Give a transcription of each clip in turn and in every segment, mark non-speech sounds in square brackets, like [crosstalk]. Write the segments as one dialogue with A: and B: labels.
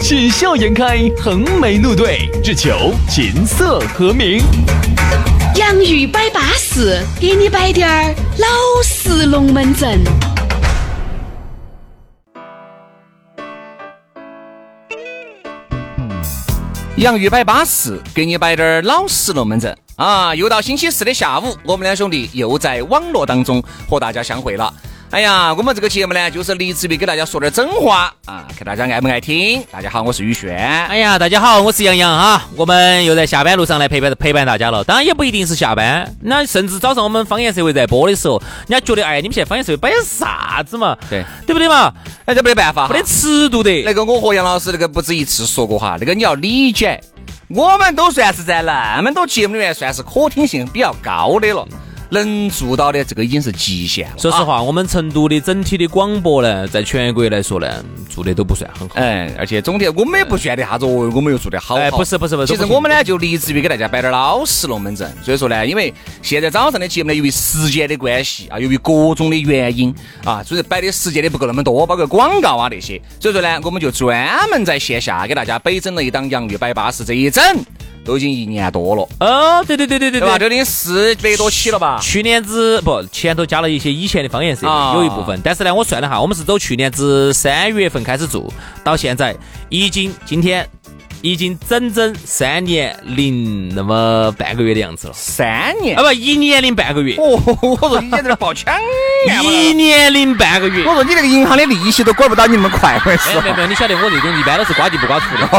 A: 喜笑颜开，横眉怒对，只求琴瑟和鸣。
B: 洋芋摆巴士，给你摆点儿老式龙门阵。
C: 杨玉摆巴适，给你摆点儿老实龙门阵啊！又到星期四的下午，我们两兄弟又在网络当中和大家相会了。哎呀，我们这个节目呢，就是立志于给大家说点真话啊，看大家爱不爱听。大家好，我是宇轩。
D: 哎呀，大家好，我是杨洋啊，我们又在下班路上来陪伴陪伴大家了。当然也不一定是下班，那甚至早上我们方言社会在播的时候，人家觉得哎，你们现在方言社会摆啥子嘛？
C: 对
D: 对不对嘛？
C: 哎，这没得办法哈，
D: 没得尺度的。
C: 那个我和杨老师那个不止一次说过哈，那个你要理解，我们都算是在那么多节目里面算是可听性比较高的了，能做到的这个已经是极限了。
D: 说实
C: 啊，
D: 话，我们成都的整体的广播呢，在全国来说呢，做的都不算很好。
C: 哎，而且总体我们也不觉得啥子，哦，我们又做得好好。
D: 哎不是不是不是
C: 其实
D: 不是
C: 我们呢就立志于给大家摆点老实龙门阵。所以说呢，因为现在早上的节目呢，由于时间的关系啊，由于各种的原因啊，所以摆的时间的不够那么多，包括广告啊那些。所以说呢，我们就专门在线下给大家摆整了一档洋芋摆巴士，这一整都已经一年多了，
D: 哦，对对对对对
C: 对吧？这已经四百多期了吧？
D: 去年子不，前头加了一些以前的方言社
C: 啊
D: 会，有一部分。但是呢，我算了哈，我们是走去年子三月份开始做，到现在已经今天已经整整三年零那么半个月的样子了，
C: 三年
D: 啊。不，一年零半个月，
C: 哦，我说你简直在爆枪呀！我
D: 一年零半个月。
C: 我说你那个银行的利息都管不到你那么快，我跟你
D: 哎没
C: 说
D: 有没有没有，你晓得我这种一般都是刮地不刮图的，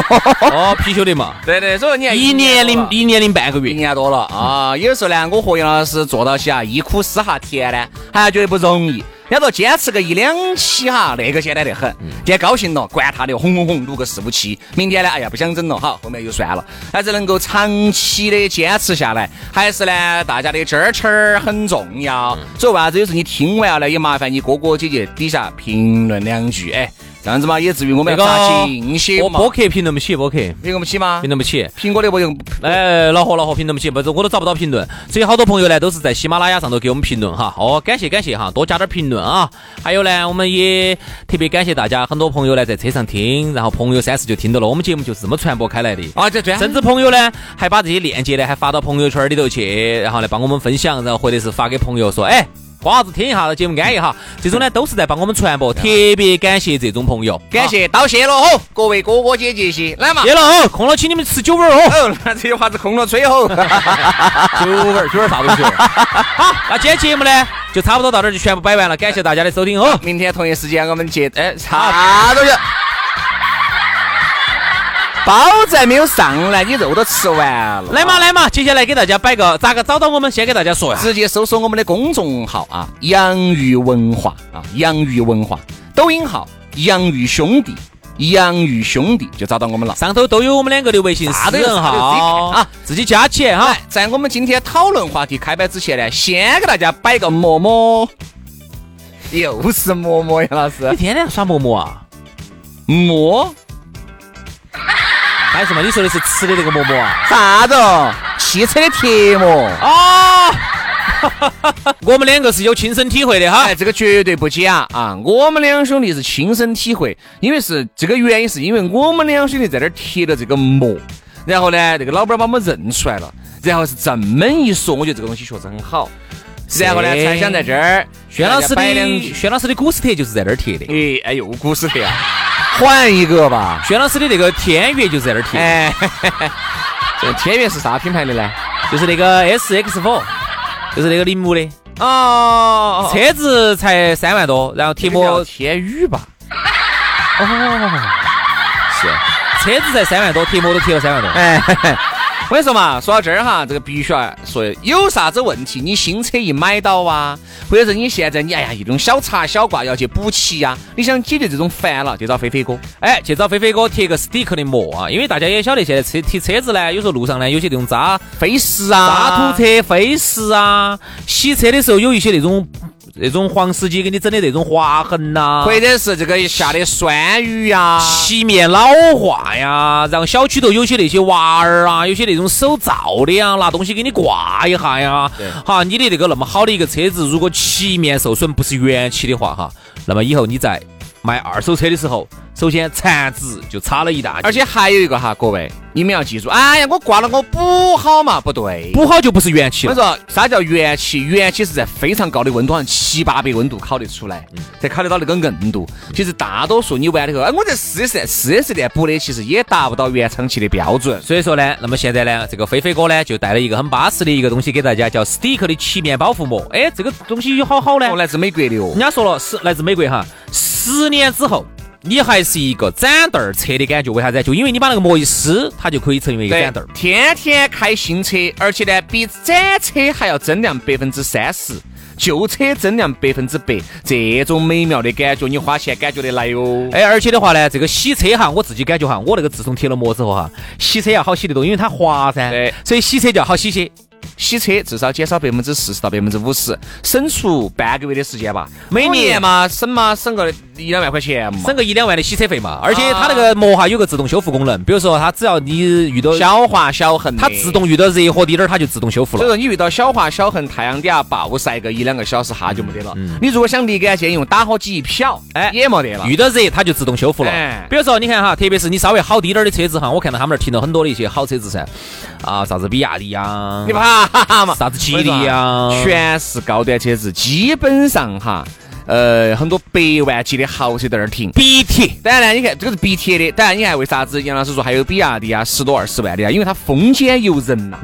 D: [laughs] 哦，貔貅的嘛，
C: 对对，所以说你看
D: 一年零
C: 一
D: 一年零半个
C: 一
D: 月。
C: 年多了啊。有时候呢，我和杨老师做到起啊，一苦思哈甜呢，还觉得不容易。人家说坚持个一两期哈，那个简单得很。今天高兴了，管他的，轰轰轰，录个四五期。明天呢，哎呀，不想整了，好，后面又算了。但是能够长期的坚持下来，还是呢，大家的支持很重要。所以为啥子有时候你听完了呢，也麻烦你哥哥姐姐底下评论两句，哎，这样子嘛，也至于我们
D: 那
C: 要
D: 个
C: 咋进些
D: 我
C: 嘛
D: 博。客评论不起，博客评
C: 评论不起吗？
D: 论不起。
C: 苹果的我用
D: 哎，恼火恼火，评论不起，不是我都找不到评论，所以好多朋友呢都是在喜马拉雅上头给我们评论哈，哦，感谢感谢哈，多加点评论啊。还有呢，我们也特别感谢大家，很多朋友呢在车上听，然后朋友三四就听到了，我们节目就是这么传播开来的。
C: 啊，这专
D: 甚至朋友呢，还把这些链接呢，还发到朋友圈里头去，然后来帮我们分享，然后或者是发给朋友说，哎，瓜子听一下，节目安逸哈。这种呢，都是在帮我们传播，特别感谢这种朋友，
C: 感
D: 啊。
C: 谢道谢了哦，各位哥哥姐姐些，来嘛。
D: 谢了哦，空了请你们吃酒碗儿哦，
C: 哦，那这些话子空了哦吹吼。
D: 酒碗儿酒碗儿啥东西？好，那今天节目呢，就差不多到这儿就全部摆完了，感谢大家的收听哦。
C: [laughs] 明天同一时间我们接，哎，啥东西？包子还没有上来，你肉都吃完了。
D: 来嘛来嘛，接下来给大家摆个咋个找到我们，先给大家说呀。
C: 直接搜索我们的公众号啊，洋芋文化啊，洋芋文化，抖音号洋芋兄弟，洋芋兄弟就找到我们了。
D: 上头都有我们两个的微信
C: 啥
D: 私
C: 都有
D: 人
C: 啥都有自己
D: 号
C: 看啊
D: 啊，自己加起来哈
C: 来。，在我们今天讨论话题开摆之前呢，先给大家摆个馍馍。又是馍馍呀，老师
D: 你。天天耍馍馍啊？
C: 馍
D: 干什么？你说的是吃的那个馍馍啊？
C: 啥子哦？汽车的贴膜。
D: 哦，我们两个是有亲身体会的哈
C: 哎，。这个绝对不假啊！我们两兄弟是亲身体会，因为是这个原因，是因为我们两兄弟在这儿贴了这个膜，然后呢，这个老板把我们认出来了，然后是这么一说，我觉得这个东西确实很好，然后呢，才想在这儿
D: 轩老师
C: 给大家摆两
D: 的
C: 句。
D: 轩老师的古斯特就是在那儿贴的，
C: 哎哎呦，古诗贴啊， [laughs] 换一个吧。
D: 轩老师的那个天悦就是在那儿贴的，
C: 哎， [laughs] 这天悦是啥品牌的呢？
D: 就是那个 S X Four，就是那个铃木的，
C: 哦，
D: 车子才三万多，然后贴膜
C: 叫天宇吧？
D: 哦，是，车子才三万多，贴膜都贴了三万多。
C: 哎，我跟你说嘛，说到这儿哈，这个必须要说，有啥子问题，你新车一买到啊，或者是你现在你哎呀一种小插小挂要去补齐呀，你想解决这种烦恼，就找飞飞哥。
D: 哎，去找飞飞哥贴个 stick 的膜啊，因为大家也晓得现在车贴车子呢，有时候路上呢有些那种渣
C: 飞石啊，
D: 渣土车、飞石啊，洗车的时候有一些那种那种黄司机给你整的那种划痕呐、
C: 或者是这个下的酸雨呀，
D: 漆面老化呀，然后小区头有些那些娃儿啊，有些那种手造的呀，拿东西给你挂一下呀。哈，你的那个那么好的一个车子，如果漆面受损不是原漆的话，哈，那么以后你在卖二手车的时候，首先残值就差了一大截，
C: 而且还有一个哈，各位你们要记住，哎呀，我挂了我补好嘛，不对。
D: 补好就不是原漆
C: 我
D: 了。
C: 说啥叫元气？元气是在非常高的温度上，七八百温度烤得出来，才烤得到那个硬度。其实大多数你完了以后，哎，我在四 S 店、四 S 店补的，其实也达不到原厂漆的标准。
D: 所以说呢，那么现在呢，这个飞飞哥呢就带了一个很巴适的一个东西给大家，叫 Stick 的漆面包覆膜。哎，这个东西有好好呢，
C: 我来自美国的哦
D: 人，家说了，十来自美国哈，十年之后。你还是一个展凳儿车的感觉，为啥子？就因为你把那个膜一撕，它就可以成为一个
C: 对
D: 展凳儿。，
C: 天天开新车，而且呢，比展车还要增量百分之三十。旧车增量百分之百，这种美妙的感觉，你花钱感觉得来哟。
D: 哎，而且的话呢，这个洗车哈，我自己感觉哈，我那个自从贴了膜之后哈，洗车要好洗得多，因为它滑噻。
C: 对
D: 所以洗车就要好洗些。
C: 洗车至少减少百分之四十到百分之五十，省出半个月的时间吧。
D: 每
C: 每
D: 年
C: 年嘛，省嘛省个一两万块钱嘛
D: 省。个一两万的洗车费嘛，
C: 啊
D: 而且它那个膜哈有个自动修复功能，比如说它只要你遇到
C: 小划小痕的，
D: 它自动遇到热和滴点儿，它就自动修复
C: 所以
D: 了。
C: 说你遇到小划小痕，太阳底下暴晒个一两个小时哈就没得了。你如果想立竿见影，打火机一瞟，
D: 嗯哎
C: 哎，也没得了。
D: 遇到热它就自动修复了
C: 哎。
D: 比如说，你看哈，特别是你稍微好滴点儿的车子哈，我看到他们那儿停了很多的一些好车子噻，啊，啥子比亚迪啊呀
C: 你，怕哈哈嘛？
D: 啥子啊吉利呀，
C: 啊全是高端车子，基本上哈，呃，很多百万级的豪车在那儿停。
D: 鼻涕。
C: 当然呢，你看这个是鼻贴的。当然，你看为啥子杨老师说还有比亚迪啊，十多二十万的啊？因为它风险由人呐、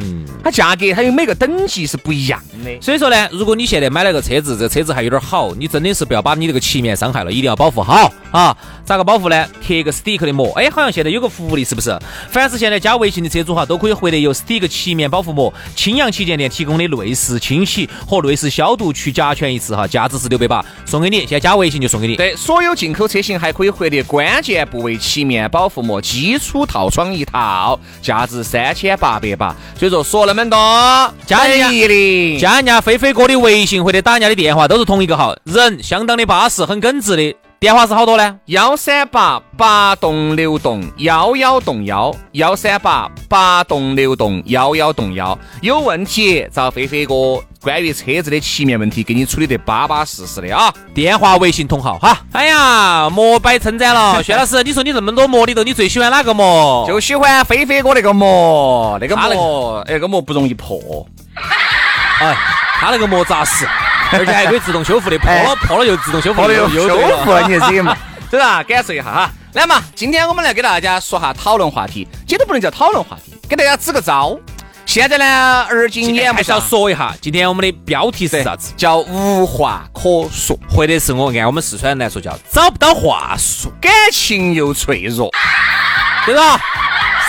C: 它价格它有每个等级是不一样的。
D: 所以说呢，如果你现在买了个车子，这个车子还有点好，你真的是不要把你这个漆面伤害了，一定要保护好啊！咋个保护呢？贴一个 stick 的膜，哎，好像现在有个福利是不是？凡是现在加微信的车主哈，都可以获得由 stick 漆面保护膜青阳旗舰店提供的内饰清洗和内饰消毒去甲醛一次哈，价值是六百八，送给你，现在加微信就送给你。
C: 对，所有进口车型还可以获得关键部位漆面保护膜基础套装一套，价值三千八百八。所以说说那么多，
D: 加一下
C: 一零，
D: 加人家飞飞哥的微信或者打人家的电话，都是同一个号，人相当的巴适，很耿直的。电话是好多呢？
C: 幺三八八栋六栋幺幺栋幺，幺三八八栋六栋幺幺栋幺。有问题找飞飞哥，关于车子的漆面问题，给你处理得巴巴适适的啊！
D: 电话、微信同号哈。哎呀，膜拜称赞了， [laughs] 薛老师，你说你这么多膜里头，你最喜欢哪个膜？
C: 就喜欢飞飞哥那个膜，那个
D: 他那个
C: 膜，哎那个膜不容易破。
D: 哎，他那个膜扎 [laughs] 实，而且还可以自动修复的，破了哎破了就自动修复，
C: 好的，有
D: 又
C: 修
D: 对了
C: 复你这
D: [laughs]
C: 个嘛，对吧？感受一下哈。来嘛，今天我们来给大家说下讨论话题，这都不能叫讨论话题，给大家支个招。现在呢，而今眼目
D: 还是要
C: 上
D: 说一下，今天我们的标题是啥子？
C: 叫无话可说，
D: 或者是我按我们四川人来说叫找不到话说，
C: 感情又脆弱。
D: 对吧？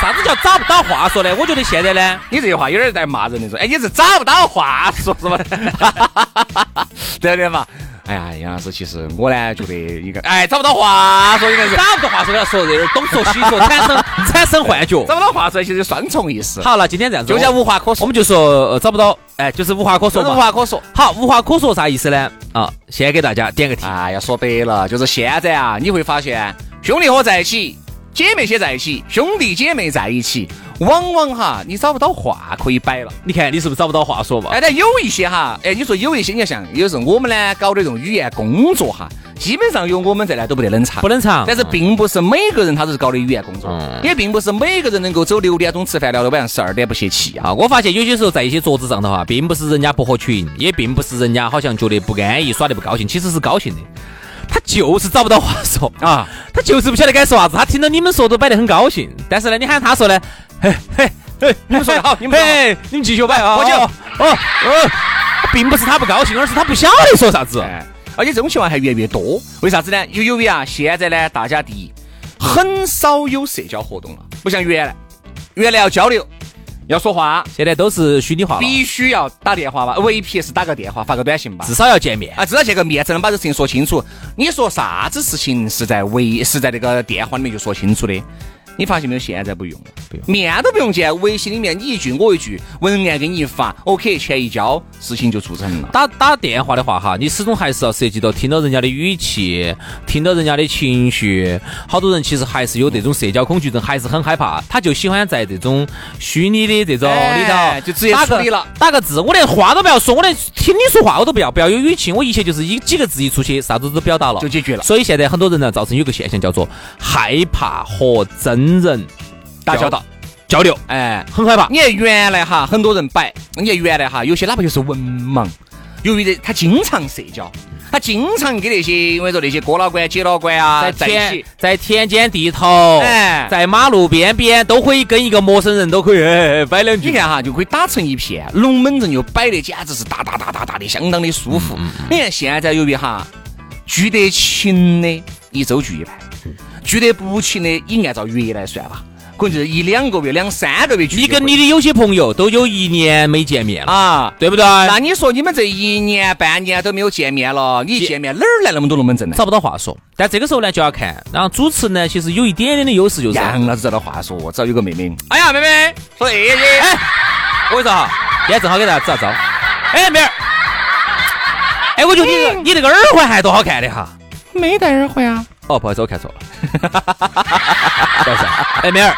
D: 啥子叫找不到话说呢？我觉得现在呢，
C: 你这句话有点在骂人的说，哎，你是找不到话说是吧？ [laughs] 对不对嘛？哎呀，杨老师，其实我呢觉得一个，哎，找不到话说
D: [laughs]
C: 应 [laughs] 该是
D: 找不到话说要说有点东说西说，产生产生幻觉。
C: 找不到话说，其实双重意思，
D: [laughs] 好了，今天这样子，
C: 就叫无话可
D: 我
C: 说，
D: 们就说呃找不到，哎，就是无话可说
C: 就是
D: 嘛
C: 无。话可说。
D: [laughs] 好，无话可说啥意思呢？啊，先给大家点个题。
C: 哎呀，说白了就是现在啊，你会发现兄弟伙在一起，姐妹些在一起，兄弟姐妹在一起，往往哈你找不到话可以摆了。
D: 你看你是不是找不到话说嘛？
C: 哎，但有一些哈，哎，你说有一些，你看像有时候我们呢搞的这种语言工作哈，基本上有我们在呢都不得冷场
D: 不。冷啊嗯场，
C: 但是并不是每个人他都是搞的语言工作，也并不是每个人能够走六点钟吃饭，聊到晚上十二点不歇气啊。
D: 啊，我发现有些时候在一些桌子上头哈，并不是人家不合群，也并不是人家好像觉得不安逸、耍得不高兴，其实是高兴的。他就是找不到话说啊，他就是不晓得该说啥子。他听到你们说都摆得很高兴，但是呢，你喊他说呢，嘿嘿嘿，你们
C: 说得好你们说得好
D: 嘿，你们继续摆啊，
C: 喝酒
D: 哦哦哦，并不是他不高兴，而是他不晓得说啥子。
C: 哎，而且这种情况还越来越多。为啥子呢？由由于啊，现在呢，大家第一很少有社交活动了，不像原来，原来要交流，要说话，
D: 现在都是啊虚拟化了，
C: 必须要打电话吧，唯一 P 是打个电话，发个短信吧
D: 至。少要见面。
C: 啊，至少见个面，才能把这事情说清楚。你说啥子事情是在微是在那个电话里面就说清楚的？你发现没有？现在不用，面都不用见，微信里面你一句我一句，文案给你一发，OK，钱一交，事情就促成了。
D: 打打电话的话，哈，你始终还是要涉及到听到人家的语气，听到人家的情绪。好多人其实还是有这种社交恐惧症，还是很害怕，他就喜欢在这种虚拟的这种里
C: 哎
D: 头
C: 就直接
D: 打
C: 处
D: 个
C: 理了
D: 打个字，我连话都不要说，我连听你说话我都不要，不要有语气，我一切就是一几个字一出去，啥子都表达了，
C: [laughs] 就解决了
D: 所以现在很多人呢，造成有个现象叫做害怕和真人
C: 打交道，
D: 交流，
C: 哎，
D: 很害怕。
C: 你看原来哈，很多人摆，你看原来哈，有些哪怕就是文盲，由于这他经常社交，他经常跟那些我跟你说那些哥老倌、姐老倌啊在一
D: 田
C: 起，
D: 在田间地头，
C: 哎
D: 在马路边边都可以跟一个陌生人都可以哎摆两
C: 你
D: 句。
C: 看哈，啊就可以打成一片，龙门阵就摆得简直是哒哒哒哒哒的，相当的舒服。
D: 嗯
C: 你看现在由于哈聚得勤的，一周聚一盘；聚得不勤的，也按照月来算吧，可能就是一两个月、两三个月聚一
D: 你
C: 回。
D: 跟你的有些朋友都有一年没见面了，
C: 啊，
D: 对不对？
C: 那你说你们这一年半年都没有见面了，你一见面哪儿来那么多龙门阵呢？
D: 找不到话说，但这个时候呢就要看，然后主持呢其实有一点点的优势就是，
C: 杨老师这的话说，我只要有个妹妹，
D: 哎呀妹妹，
C: 说哎哎，
D: 我跟你说哈，今天正好给大家支下招，哎妹儿，哎我觉得你你那个耳环还多好看的哈。
C: 嗯没戴耳环啊？
D: 哦，不好意思，我看错了。 [laughs] 不好意思哎，妹儿，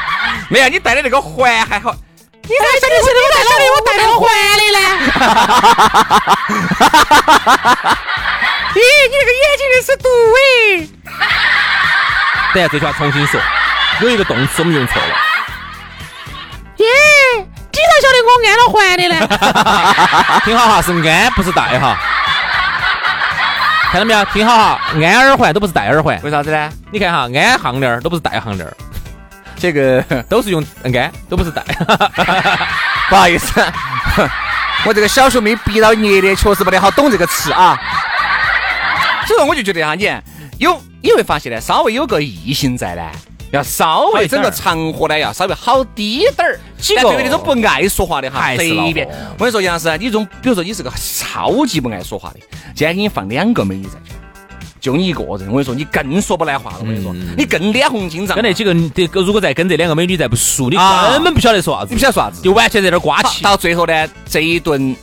C: 没有，你戴的那个环还好。
D: 你看这个是你戴的，我戴的环的呢。
C: 咦，你那个眼睛的是毒哎。
D: [laughs] 等下这句话重新说，有一个动词我们用错了。耶， [laughs] 你咋晓得我安了环的呢？听好哈，是安不是戴哈。看到没有？听好哈，安耳环都不是戴耳环。
C: 为啥子呢？
D: 你看哈，安项链儿都不是戴项链儿，
C: 这个
D: 都是用安，都不是 [laughs] 戴。
C: 不好意思， [laughs] 我这个小学没毕到业的，确实不得好懂这个词啊。所以说，我就觉得哈，你看有你会发现呢，稍微有个异性在呢，要稍微整个场合呢要稍微好滴点儿。
D: 几个
C: 但对于那种不爱说话的哈，
D: 还是恼火
C: 随便。我跟你说，杨老师，啊你这种比如说你是个超级不爱说话的，今天给你放两个美女在这儿。就你一个人，我跟你说，你更说不来话了。我跟你说，你更脸红紧张。
D: 跟那几个这个，如果再跟这两个美女再不熟，你
C: 啊
D: 根本不晓得说啥子，
C: 你不晓得说啥子
D: 就完全在那儿刮
C: 好
D: 起。
C: 到最后呢，这一顿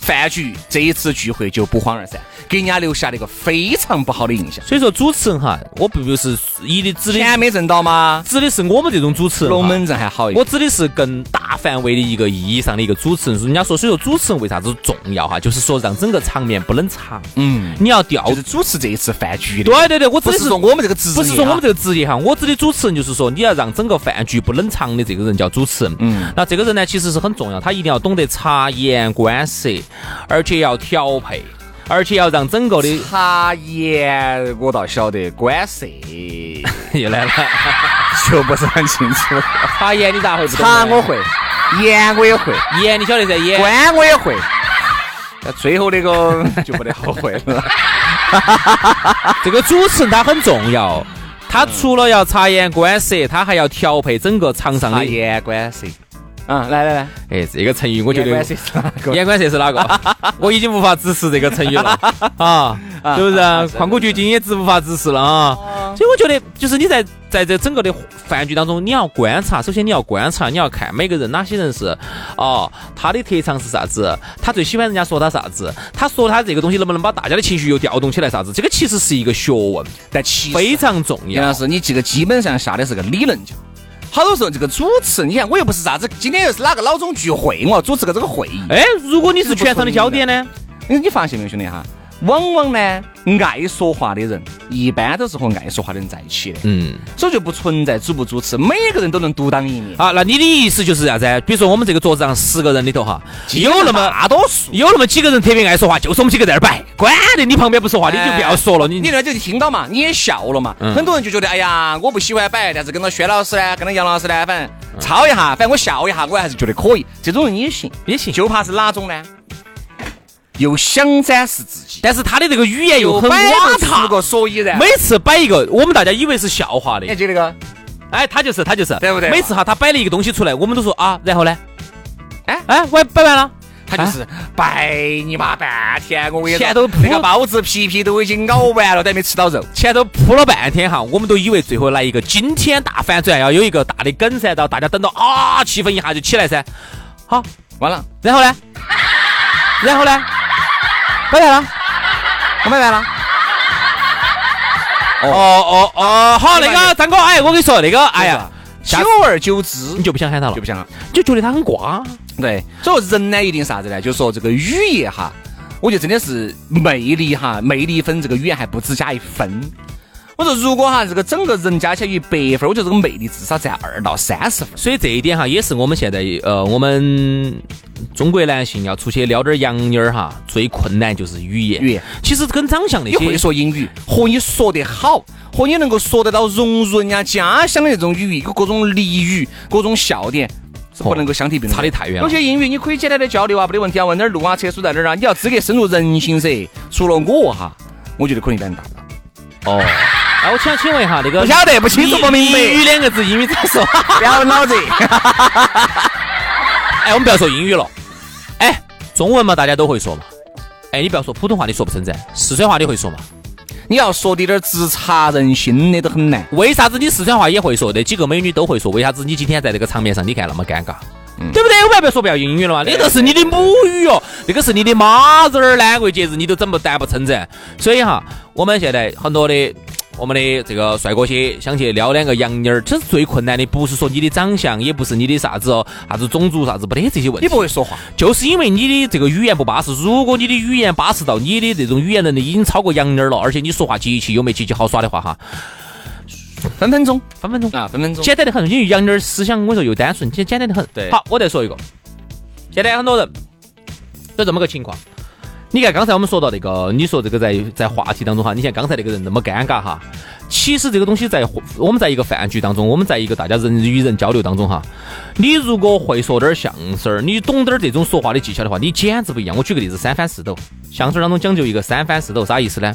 C: 饭局，这一次聚会就不欢而散，给人家留下了一个非常不好的印象。
D: 所以说，主持人哈，我并不是以的指的
C: 钱没挣到吗？
D: 指的是我们这种主持人哈。
C: 龙门阵还好一
D: 我
C: 点。
D: 指的是更大范围的一个意义上的一个主持人。人家说，所以说主持人为啥子重要哈？就是说让整个场面不冷场，
C: 嗯，
D: 你要调
C: 就。是主持这一次饭局的。
D: 对对对，我指
C: 不
D: 的
C: 是说我们这个职业啊，
D: 不是说我们这个职业哈，我指的主持人就是说你要让整个饭局不冷场的这个人叫主持人。
C: 嗯
D: 嗯，那这个人呢其实是很重要，他一定要懂得察言观色，而且要调配，而且要让整个的 [laughs]
C: 茶言我倒晓得，关涉
D: 又来了， [laughs]
C: 就不是很清楚。
D: 察言你咋会不懂呢？
C: 茶我会，言我也 [laughs] 会，
D: 言你晓得噻，言
C: 关我也会。但最后那个 [laughs] 就没得后悔了。
D: 这个主持人他很重要，他除了要察言观色，他还要调配整个场上
C: 茶
D: 的。
C: 言关涉。嗯，来来来，
D: 哎，这个成语我觉
C: 言
D: 得
C: 关涉是哪个
D: 言观色是哪 [laughs] 个？我已经无法支持这个成语 [laughs] 了啊，是不是啊？旷古绝今也无法支持了啊。所以我觉得，就是你在在这整个的饭局当中，你要观察，首先你要观察，你要看每个人哪些人是哦，他的特长是啥子，他最喜欢人家说他啥子，他说他这个东西能不能把大家的情绪又调动起来啥子，这个其实是一个学问，
C: 但其实
D: 非常重
C: 杨
D: 要
C: 老。师，你这个基本上下的是个理论讲。好多时候这个主持，你看我又不是啥子，今天又是哪个老总聚会，我要主持个这个会议。
D: 哎，如果你是全场的焦点呢？
C: 你你发现没有，兄弟哈？往往呢，爱说话的人一般都是和爱说话的人在一起的，
D: 嗯，
C: 所以就不存在主不主持，每个人都能独当一面。
D: 好，那你的意思就是啥子？比如说我们这个桌子上十个人里头哈，有那么
C: 大多数，
D: 有那么几个人特别爱说话，就是我们几个在那儿摆，管得你旁边不说啊话，你就不要说了，你
C: 哎
D: 嗯
C: 你那就听到嘛，你也笑了嘛。很多人就觉得，哎呀，我不喜欢摆，但是跟到薛老师呢，跟到杨老师呢，反正抄一下，反正我笑一下，我还是觉得可以。这种人也行，
D: 也行。
C: 就怕是哪种呢？又想展示自己，
D: 但是他的这个语言又
C: 又
D: 很
C: 摆
D: 瓦
C: 不出
D: 塔，
C: 个所以然。
D: 每次摆一个，我们大家以为是笑话
C: 你看
D: 的，
C: 就那个，
D: 哎，他就是他就是，
C: 对不对
D: 每次哈他摆了一个东西出来，我们都说啊，然后呢？
C: 哎
D: 哎，我还摆完了。
C: 他就是拜你妈半天，我跟你说
D: 啊钱都铺
C: 那个包子皮皮都已经咬完了，都还没吃到肉。
D: 前头铺了半天哈，我们都以为最后来一个惊天大反转，要有一个大的梗噻，然后大家等到啊，气氛一下就起来噻。好，
C: 完了，
D: 然后呢？然后呢？摆完了。
C: 我买完了。
D: 哦哦哦，好，那
C: 明白
D: 个张哥，哎，我跟你说，那个，哎呀，
C: 久
D: 下次
C: 而久之
D: 你就不想喊他了，
C: 就不想了。
D: 你就觉得他很瓜。
C: 对，所以说人呢一定啥子呢？就是说这个语言哈，我觉得真的是魅力哈，魅力分这个语言还不止加一分。我说如果哈这个整个人加起来一百分，我觉得这个魅力至少占二到三十分。
D: 所以这一点哈，也是我们现在呃，我们中国男性要出去撩点洋妞儿哈，最困难就是语言。
C: 语言
D: 其实跟长相那
C: 你
D: 些
C: 会说英语，和你说得好，和你能够说得到融入人家家乡的那种语义，各种俚语，各种笑点。是不能够相提并论，
D: 哦差得太远了
C: 有些英语你可以简单的交流啊，没得问题啊，问点儿路啊，厕所在哪儿啊，你要资格深入人心噻。除了我哈，我觉得可能有点大。
D: 哦，哎，我想请问一下，那个
C: 不晓得不清楚不明白
D: 俚语两个字英语咋说？
C: 不要问老子。
D: [laughs] 哎，我们不要说英语了，哎，中文嘛，大家都会说嘛。哎，你不要说普通话，你说不成噻。四川话你会说嘛？
C: [laughs] 你要说的点儿直插人心的都很难。
D: 为啥子你四川话也会说？那几个美女都会说，为啥子你今天在这个场面上你看那么尴尬？对不对？我们还不要说不要英语了嘛，那个是你的母语哦，那个是你的妈子儿南国节日，你都整不担不成噻。所以哈，我们现在很多的我们的这个帅哥些想去撩两个洋妞儿，其实最困难的不是说你的长相，也不是你的啥子哦，啥子种族啥子，没得这些问题。
C: 你不会说话，
D: 就是因为你的这个语言不巴适。如果你的语言巴适到你的这种语言能力已经超过洋妞儿了，而且你说话极其优美、极其豪爽的话，哈，
C: 分分钟
D: 分分钟
C: 啊，分分钟。
D: 简单的很。因为洋妞儿思想，我跟你说又单纯，简简单的很。
C: 对
D: 好，我再说一个，现在很多人有这么个情况。你看，刚才我们说到那个，你说这个在在话题当中哈，你像刚才那个人那么尴尬哈，其实这个东西在我们在一个饭局当中，我们在一个大家人与人交流当中哈，你如果会说点儿相声儿，你懂点儿这种说话的技巧的话，你简直不一样。我举个例子，三翻四抖，相声当中讲究一个三翻四抖，啥意思呢？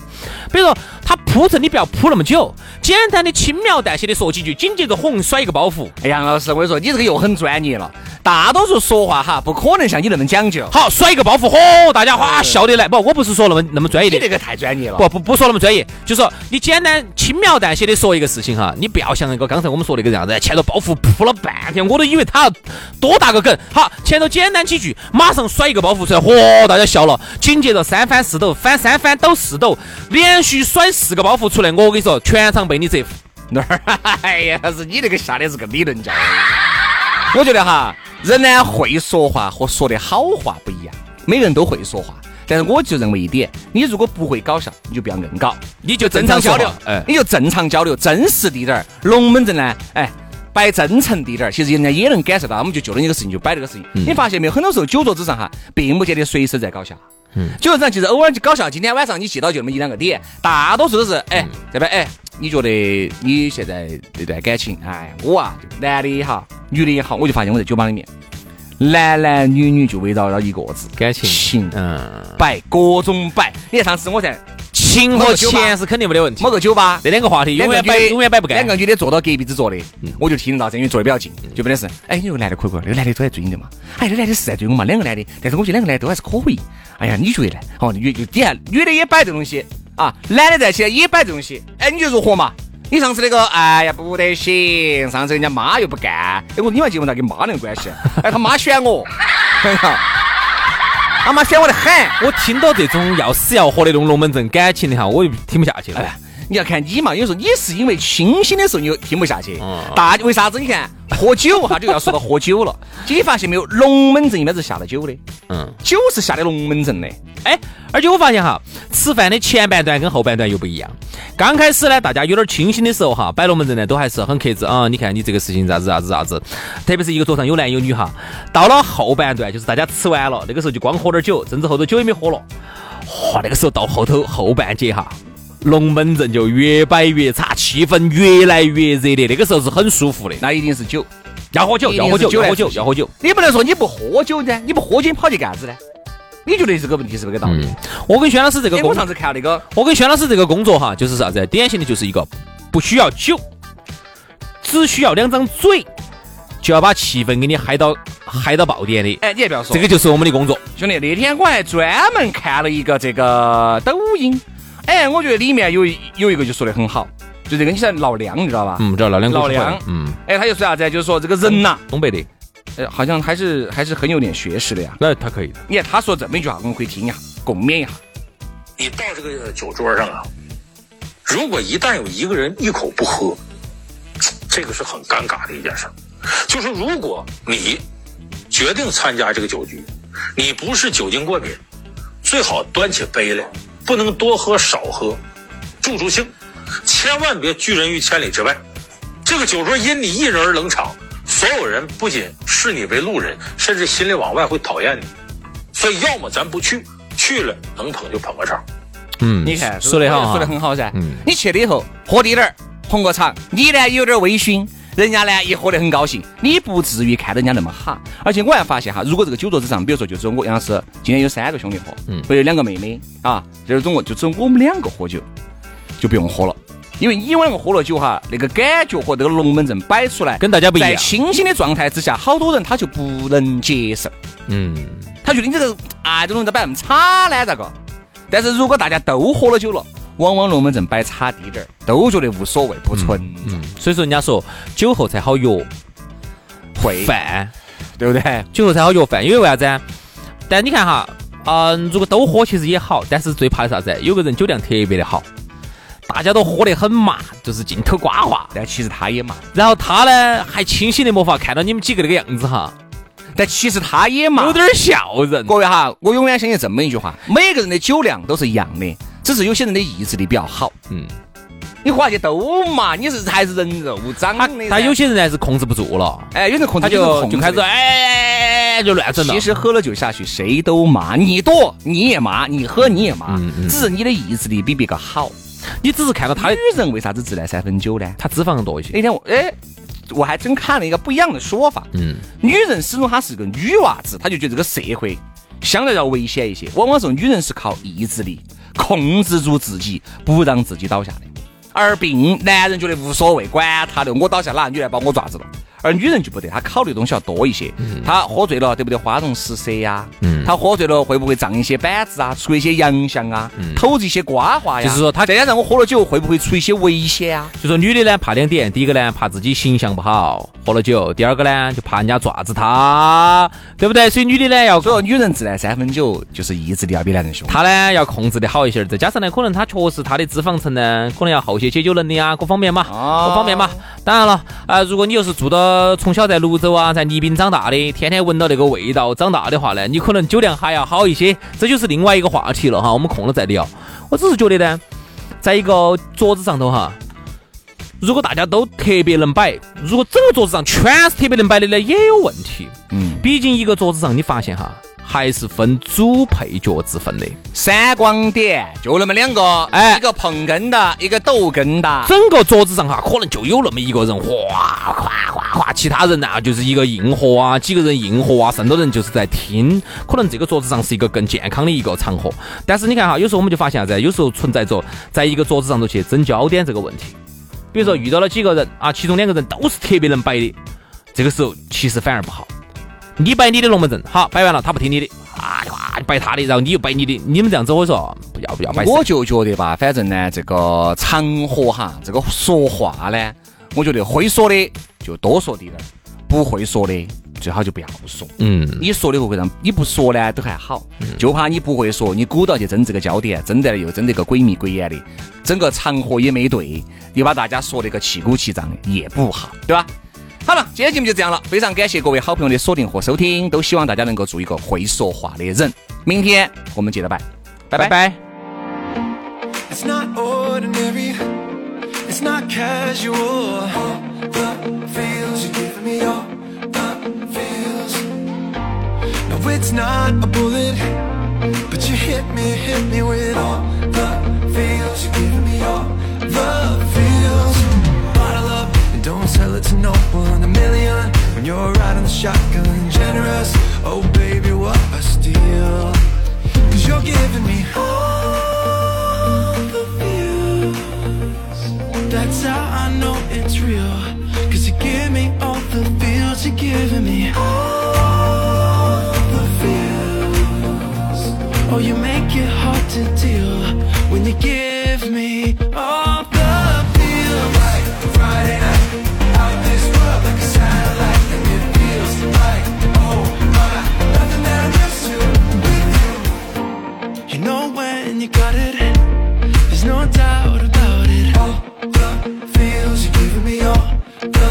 D: 比如说他铺陈，你不要铺那么久，简单的轻描淡写的说几句，紧接着轰甩一个包袱。
C: 哎，杨老师，我跟你说，你这个又很专业了。大多数说话哈，不可能像你那么讲究。
D: 好，甩一个包袱，嚯，大家哗笑得来。不，我不是说那么那么专业
C: 你
D: 的
C: 这，个太专业了。
D: 不不不说那么专业，就说你简单轻描淡写的说一个事情哈，你不要像那个刚才我们说那个样子，前头包袱铺了半天，我都以为他要多大个梗。好，前头简单几句，马上甩一个包袱出来，嚯，大家笑了。紧接着三翻四抖，翻三翻抖四抖，连续甩四个包袱出来，我跟你说，全场被你折服。
C: 那儿， [laughs] 哎呀，是你那个下的是个理论家。 [laughs] 我觉得哈，人呢会说话和说的好话不一样，每个人都会说话。但是我就认为一点，你如果不会搞笑，你就不要硬搞，
D: 你就
C: 正常交流
D: 说话，哎
C: 你就正常交流，真实滴点儿。龙门阵呢，哎，摆真诚滴点儿，其实人家也能感受到。我们就就着这个事情就摆这个事情，
D: 嗯
C: 你发现没有？很多时候酒桌之上哈，并不见得随时在搞笑。嗯，酒桌上其实偶尔就搞笑。今天晚上你记到就那么一两个点，大多数都是
D: 嗯
C: 哎这边哎，你觉得你现在这段感情，哎，我啊，男的也好，女的也好，我就发现我在酒吧里面，男男女女就围绕了一个字，
D: 感情
C: 情
D: 嗯，
C: 摆各种摆。你看上次我在
D: 情和钱是肯定没得问题
C: 某。个酒吧，
D: 这两个话题永远
C: 两个
D: 摆
C: 女的
D: 永远摆不干嗯
C: 两。个女的坐到隔壁只坐的，我就听到这，因为坐的比较近，就本来是，哎，你有个男的可不可以？那个男的都在追你的嘛？哎，那个男的是在追我嘛？两个男的，但是我觉得两个男的都还是可以。哎呀，你觉得呢？哦，女就底下女的也摆这东西啊，男的在起来也摆这东西，哎，你觉得如何嘛？你上次那个，哎呀，不得行，上次人家妈又不干，哎，我说你还结婚咋跟妈那个关系？哎，他妈选我， [laughs] 哎呀，他妈选我的很。
D: 我听到这种要死要活的那种龙门阵感情的哈，我就听不下去了。
C: 哎，你要看你嘛，有时候你是因为清醒的时候你又听不下去，
D: 嗯
C: 大为啥子？你看喝酒哈，就要说到喝酒了。你发现没有，龙门阵一般是下了酒的，
D: 嗯，
C: 酒是下的龙门阵的。
D: 哎，而且我发现哈，吃饭的前半段跟后半段又不一样。刚开始呢，大家有点清醒的时候哈，摆龙门阵呢都还是很克制啊。你看你这个事情咋子咋子咋子，特别是一个桌上有男有女哈。到了后半段，就是大家吃完了，那个时候就光喝点酒，甚至后头酒也没喝了。哇，那个时候到后头后半截哈。龙门阵就越摆越差，气氛越来越热烈。那个时候是很舒服的，
C: 那一定是酒，
D: 要喝酒，
C: 一
D: 要
C: 定是
D: 喝酒，
C: 酒
D: 要
C: 来
D: 喝酒，
C: 促
D: 要喝酒。
C: 你不能说你不喝酒呢，你不喝酒你跑去干啥子呢？你觉得这个问题是不是个道
D: 嗯
C: 理？
D: 我跟轩老师这个
C: 嗯哎，
D: 工
C: 我，上次看那个，
D: 我跟轩老师这个工作哈，就是啥子？典型的就是一个不需要酒，只需要两张嘴，就要把气氛给你嗨到嗨到爆点的。
C: 哎，你也不要说
D: 这个就是我们的工作。
C: 兄弟，那天我还专门看了一个这个抖音，哎，我觉得里面有一有一个就说的很好，就这个你像老梁，你知道吧？
D: 嗯，这老梁
C: 老
D: 故事会
C: 梁
D: 嗯，
C: 哎，他就说啥子？就是说这个人呐、
D: 东北的，
C: 呃，好像还是还是很有点学识的呀。
D: 那他可以的。
C: 你看他说这么一句话，我们可以听一下，共勉一下。
E: 你到这个酒桌上啊，如果一旦有一个人一口不喝，这个是很尴尬的一件事儿。就是如果你决定参加这个酒局，你不是酒精过敏，最好端起杯来，不能多喝少喝，助助兴，千万别拒人于千里之外。这个酒桌因你一人而冷场，所有人不仅视你为路人，甚至心里往外会讨厌你。所以，要么咱不去，去了能捧就捧个场。
D: 嗯，
C: 你看，
D: 说的
C: 是不是
D: 好
C: 说
D: 哈
C: 的。很好噻。
D: 嗯
C: 你去了以后，喝滴点儿，捧个场，你呢有点微醺，人家呢也喝得很高兴，你不至于看人家那么哈。而且我还发现哈，如果这个酒桌之上，比如说就只有我杨老师今天有三个兄弟伙，嗯，我有两个妹妹啊，这种我就只有我们两个喝酒，就不用喝了。因为你们两个喝了酒哈，那个感觉和这个龙门阵摆出来
D: 跟大家不一样
C: 在清醒的状态之下，好多人他就不能接受。
D: 嗯，
C: 他觉得你这个啊，这种在摆那么差呢，咋个？但是如果大家都喝了酒了，往往龙门阵摆差低点儿，都觉得无所谓，不存
D: 嗯
C: 在，
D: 所以说人家说酒后才好约
C: 会
D: 饭，
C: 对不对？
D: 酒后才好约饭，因为为啥子啊？但你看哈，嗯、如果都喝其实也好，但是最怕的是啥子？有个人酒量特别的好，大家都喝得很麻，就是劲头瓜滑，
C: 但其实他也麻，
D: 然后他呢还清醒的没法，看到你们几个那个样子哈，
C: 但其实他也麻。
D: 有点儿笑人。
C: 各位哈，我永远相信这么一句话：每个人的酒量都是一样的，只是有些人的意志力比较好。
D: 嗯，
C: 你喝下去都麻，你是还是人肉长
D: 他
C: 的噻。
D: 他有些人还是控制不住了，
C: 哎，有人控制
D: 他就就开始
C: 哎。
D: 哎就乱整了
C: 其。实喝了酒下去，谁都麻，你多你也麻，你喝你也麻，
D: 嗯嗯
C: 只是你的意志力比别个好。
D: 你只是看到他
C: 女人为啥子自带三分酒呢？
D: 他脂肪更多一些。
C: 那天我嗯哎，我还真看了一个不一样的说法。
D: 嗯，
C: 女人始终她是个女娃子，她就觉得这个社会相对要危险一些。往往说女人是靠意志力控制住自己，不让自己倒下的。而病男人觉得无所谓，管他的，我倒下哪女来把我爪子了。而女人就不得，她考虑的东西要多一些。
D: 嗯
C: 她喝醉了，对不对？花容失色呀。她喝醉了，会不会胀一些板子啊？出一些洋相啊？透着一些瓜话
D: 嗯
C: 呀？
D: 就是说她
C: 再加上我喝了酒，会不会出一些危险啊？
D: 就说女的呢怕两点，第一个呢怕自己形象不好，喝了酒；第二个呢就怕人家爪子她，对不对？所以女的呢要
C: 所以说哎女人自带三分酒，就是意志力要比男人凶。
D: 她呢要控制的好一些儿，再加上呢，可能她确实她的脂肪层呢，可能要厚些解酒能力啊，各方面嘛，
C: 哦
D: 各方面嘛。当然了，呃，如果你又是住到从小在泸州啊，在宜宾长大的，天天闻到那个味道长大的话呢，你可能酒量还要好一些，这就是另外一个话题了哈，我们空了再聊。我只是觉得呢，在一个桌子上头哈。如果大家都特别能摆，如果整个桌子上全是特别能摆的呢，也有问题。
C: 嗯
D: 毕竟一个桌子上，你发现哈，还是分主配角之分的。
C: 闪光点就那么两个，
D: 哎
C: 一个捧哏的，一个逗哏的。
D: 整个桌子上哈，可能就有那么一个人，哗哗哗哗，其他人呐、就是一个硬喝啊，几个人硬喝啊，剩多人就是在听。可能这个桌子上是一个更健康的一个场合，但是你看哈，有时候我们就发现啥子，有时候存在着在一个桌子上头去争焦点这个问题。比如说遇到了几个人啊，其中两个人都是特别能摆的，这个时候其实反而不好。你摆你的龙门阵，好摆完了，他不听你的，啊哗摆他的，然后你又摆你的，你们这样子，我说不要不要摆。
C: 我就觉得吧，反正呢，这个场合哈，这个说话呢，我觉得会说的就多说滴点儿，不会说的最好就不要说。
D: 嗯，
C: 你说的会不会让你不说呢都还好，就怕你不会说，你鼓捣去争这个焦点，争得又争得个鬼迷鬼眼的，整个场合也没对，你把大家说得个气鼓气胀的也不好，对吧？好了，今天节目就这样了，非常感谢各位好朋友的锁定和收听，都希望大家能够做一个会说话的人。明天我们接着拜，拜拜。
D: 拜。
F: It's not ordinary. It's not casual. All the feels you're giving me, all the feels. No, it's not a bullet, but you hit me, hit me with all the feels you're giving me, all the feels. Bottle up and don't sell it to no one. A million when you're riding the shotgun. Generous, oh baby, what a steal. Cause you're giving me all the feels. That's how I know it's real. Cause you give me all the feels. You Oh, you make it hard to deal when you give me all the feel. Like Friday night, out this world like a satellite, and it feels like oh my, nothing that I'm used to with you. You know when you got it, there's no doubt about it. All the feels you're giving me, all the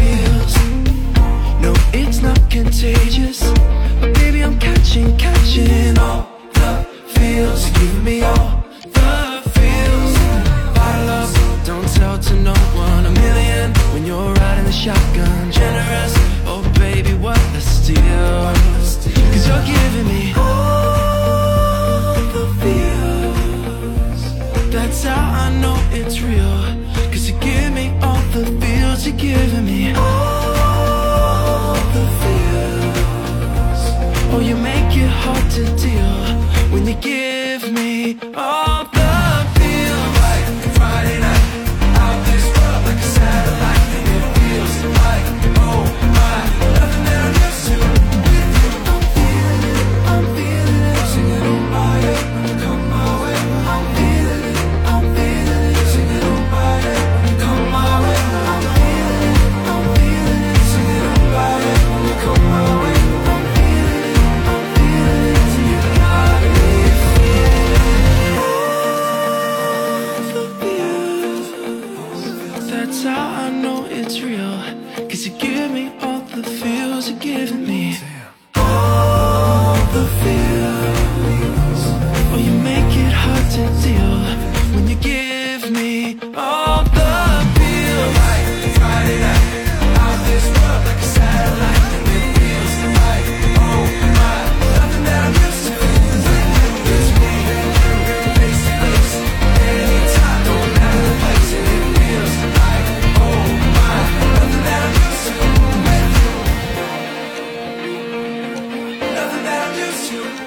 F: feels. No, it's not contagious. But baby, I'm catching, catching all the feels. You give me all the feels. Bottle up, don't tell to no one. A million when you're riding the shotgun. Generous, oh baby, what a steal. Cause you're giving me all the feels. That's how I know it's real. Cause you give me all the feels, you're giving me all the feels. Oh, you make it hard to deal when you give me all the feels. Like Friday night, out this world like a satellite. And it feels like, oh my, nothing that I'm used to. With you, I'm feeling it, I'm feeling it. Sing it on my way, come my way. I'm feeling it, I'm feeling it. Sing it on my way, come my way. I'm feeling it, I'm feeling it. Sing it on my way, come my way. I'm feeling it, I'm feeling it. Sing it on my way. That's how I know it's real. Cause you give me all the feels you're giving me. All the feels. Oh, you make it hard to deal when you give me all the feels. Like Friday night, out this world like a satellite. And it feels like, oh my, nothing that I'm used to. It's me, face to face. Anytime, don't matter the place. And it feels like, oh my, nothing that I'm used to. Nothing that I'm used to.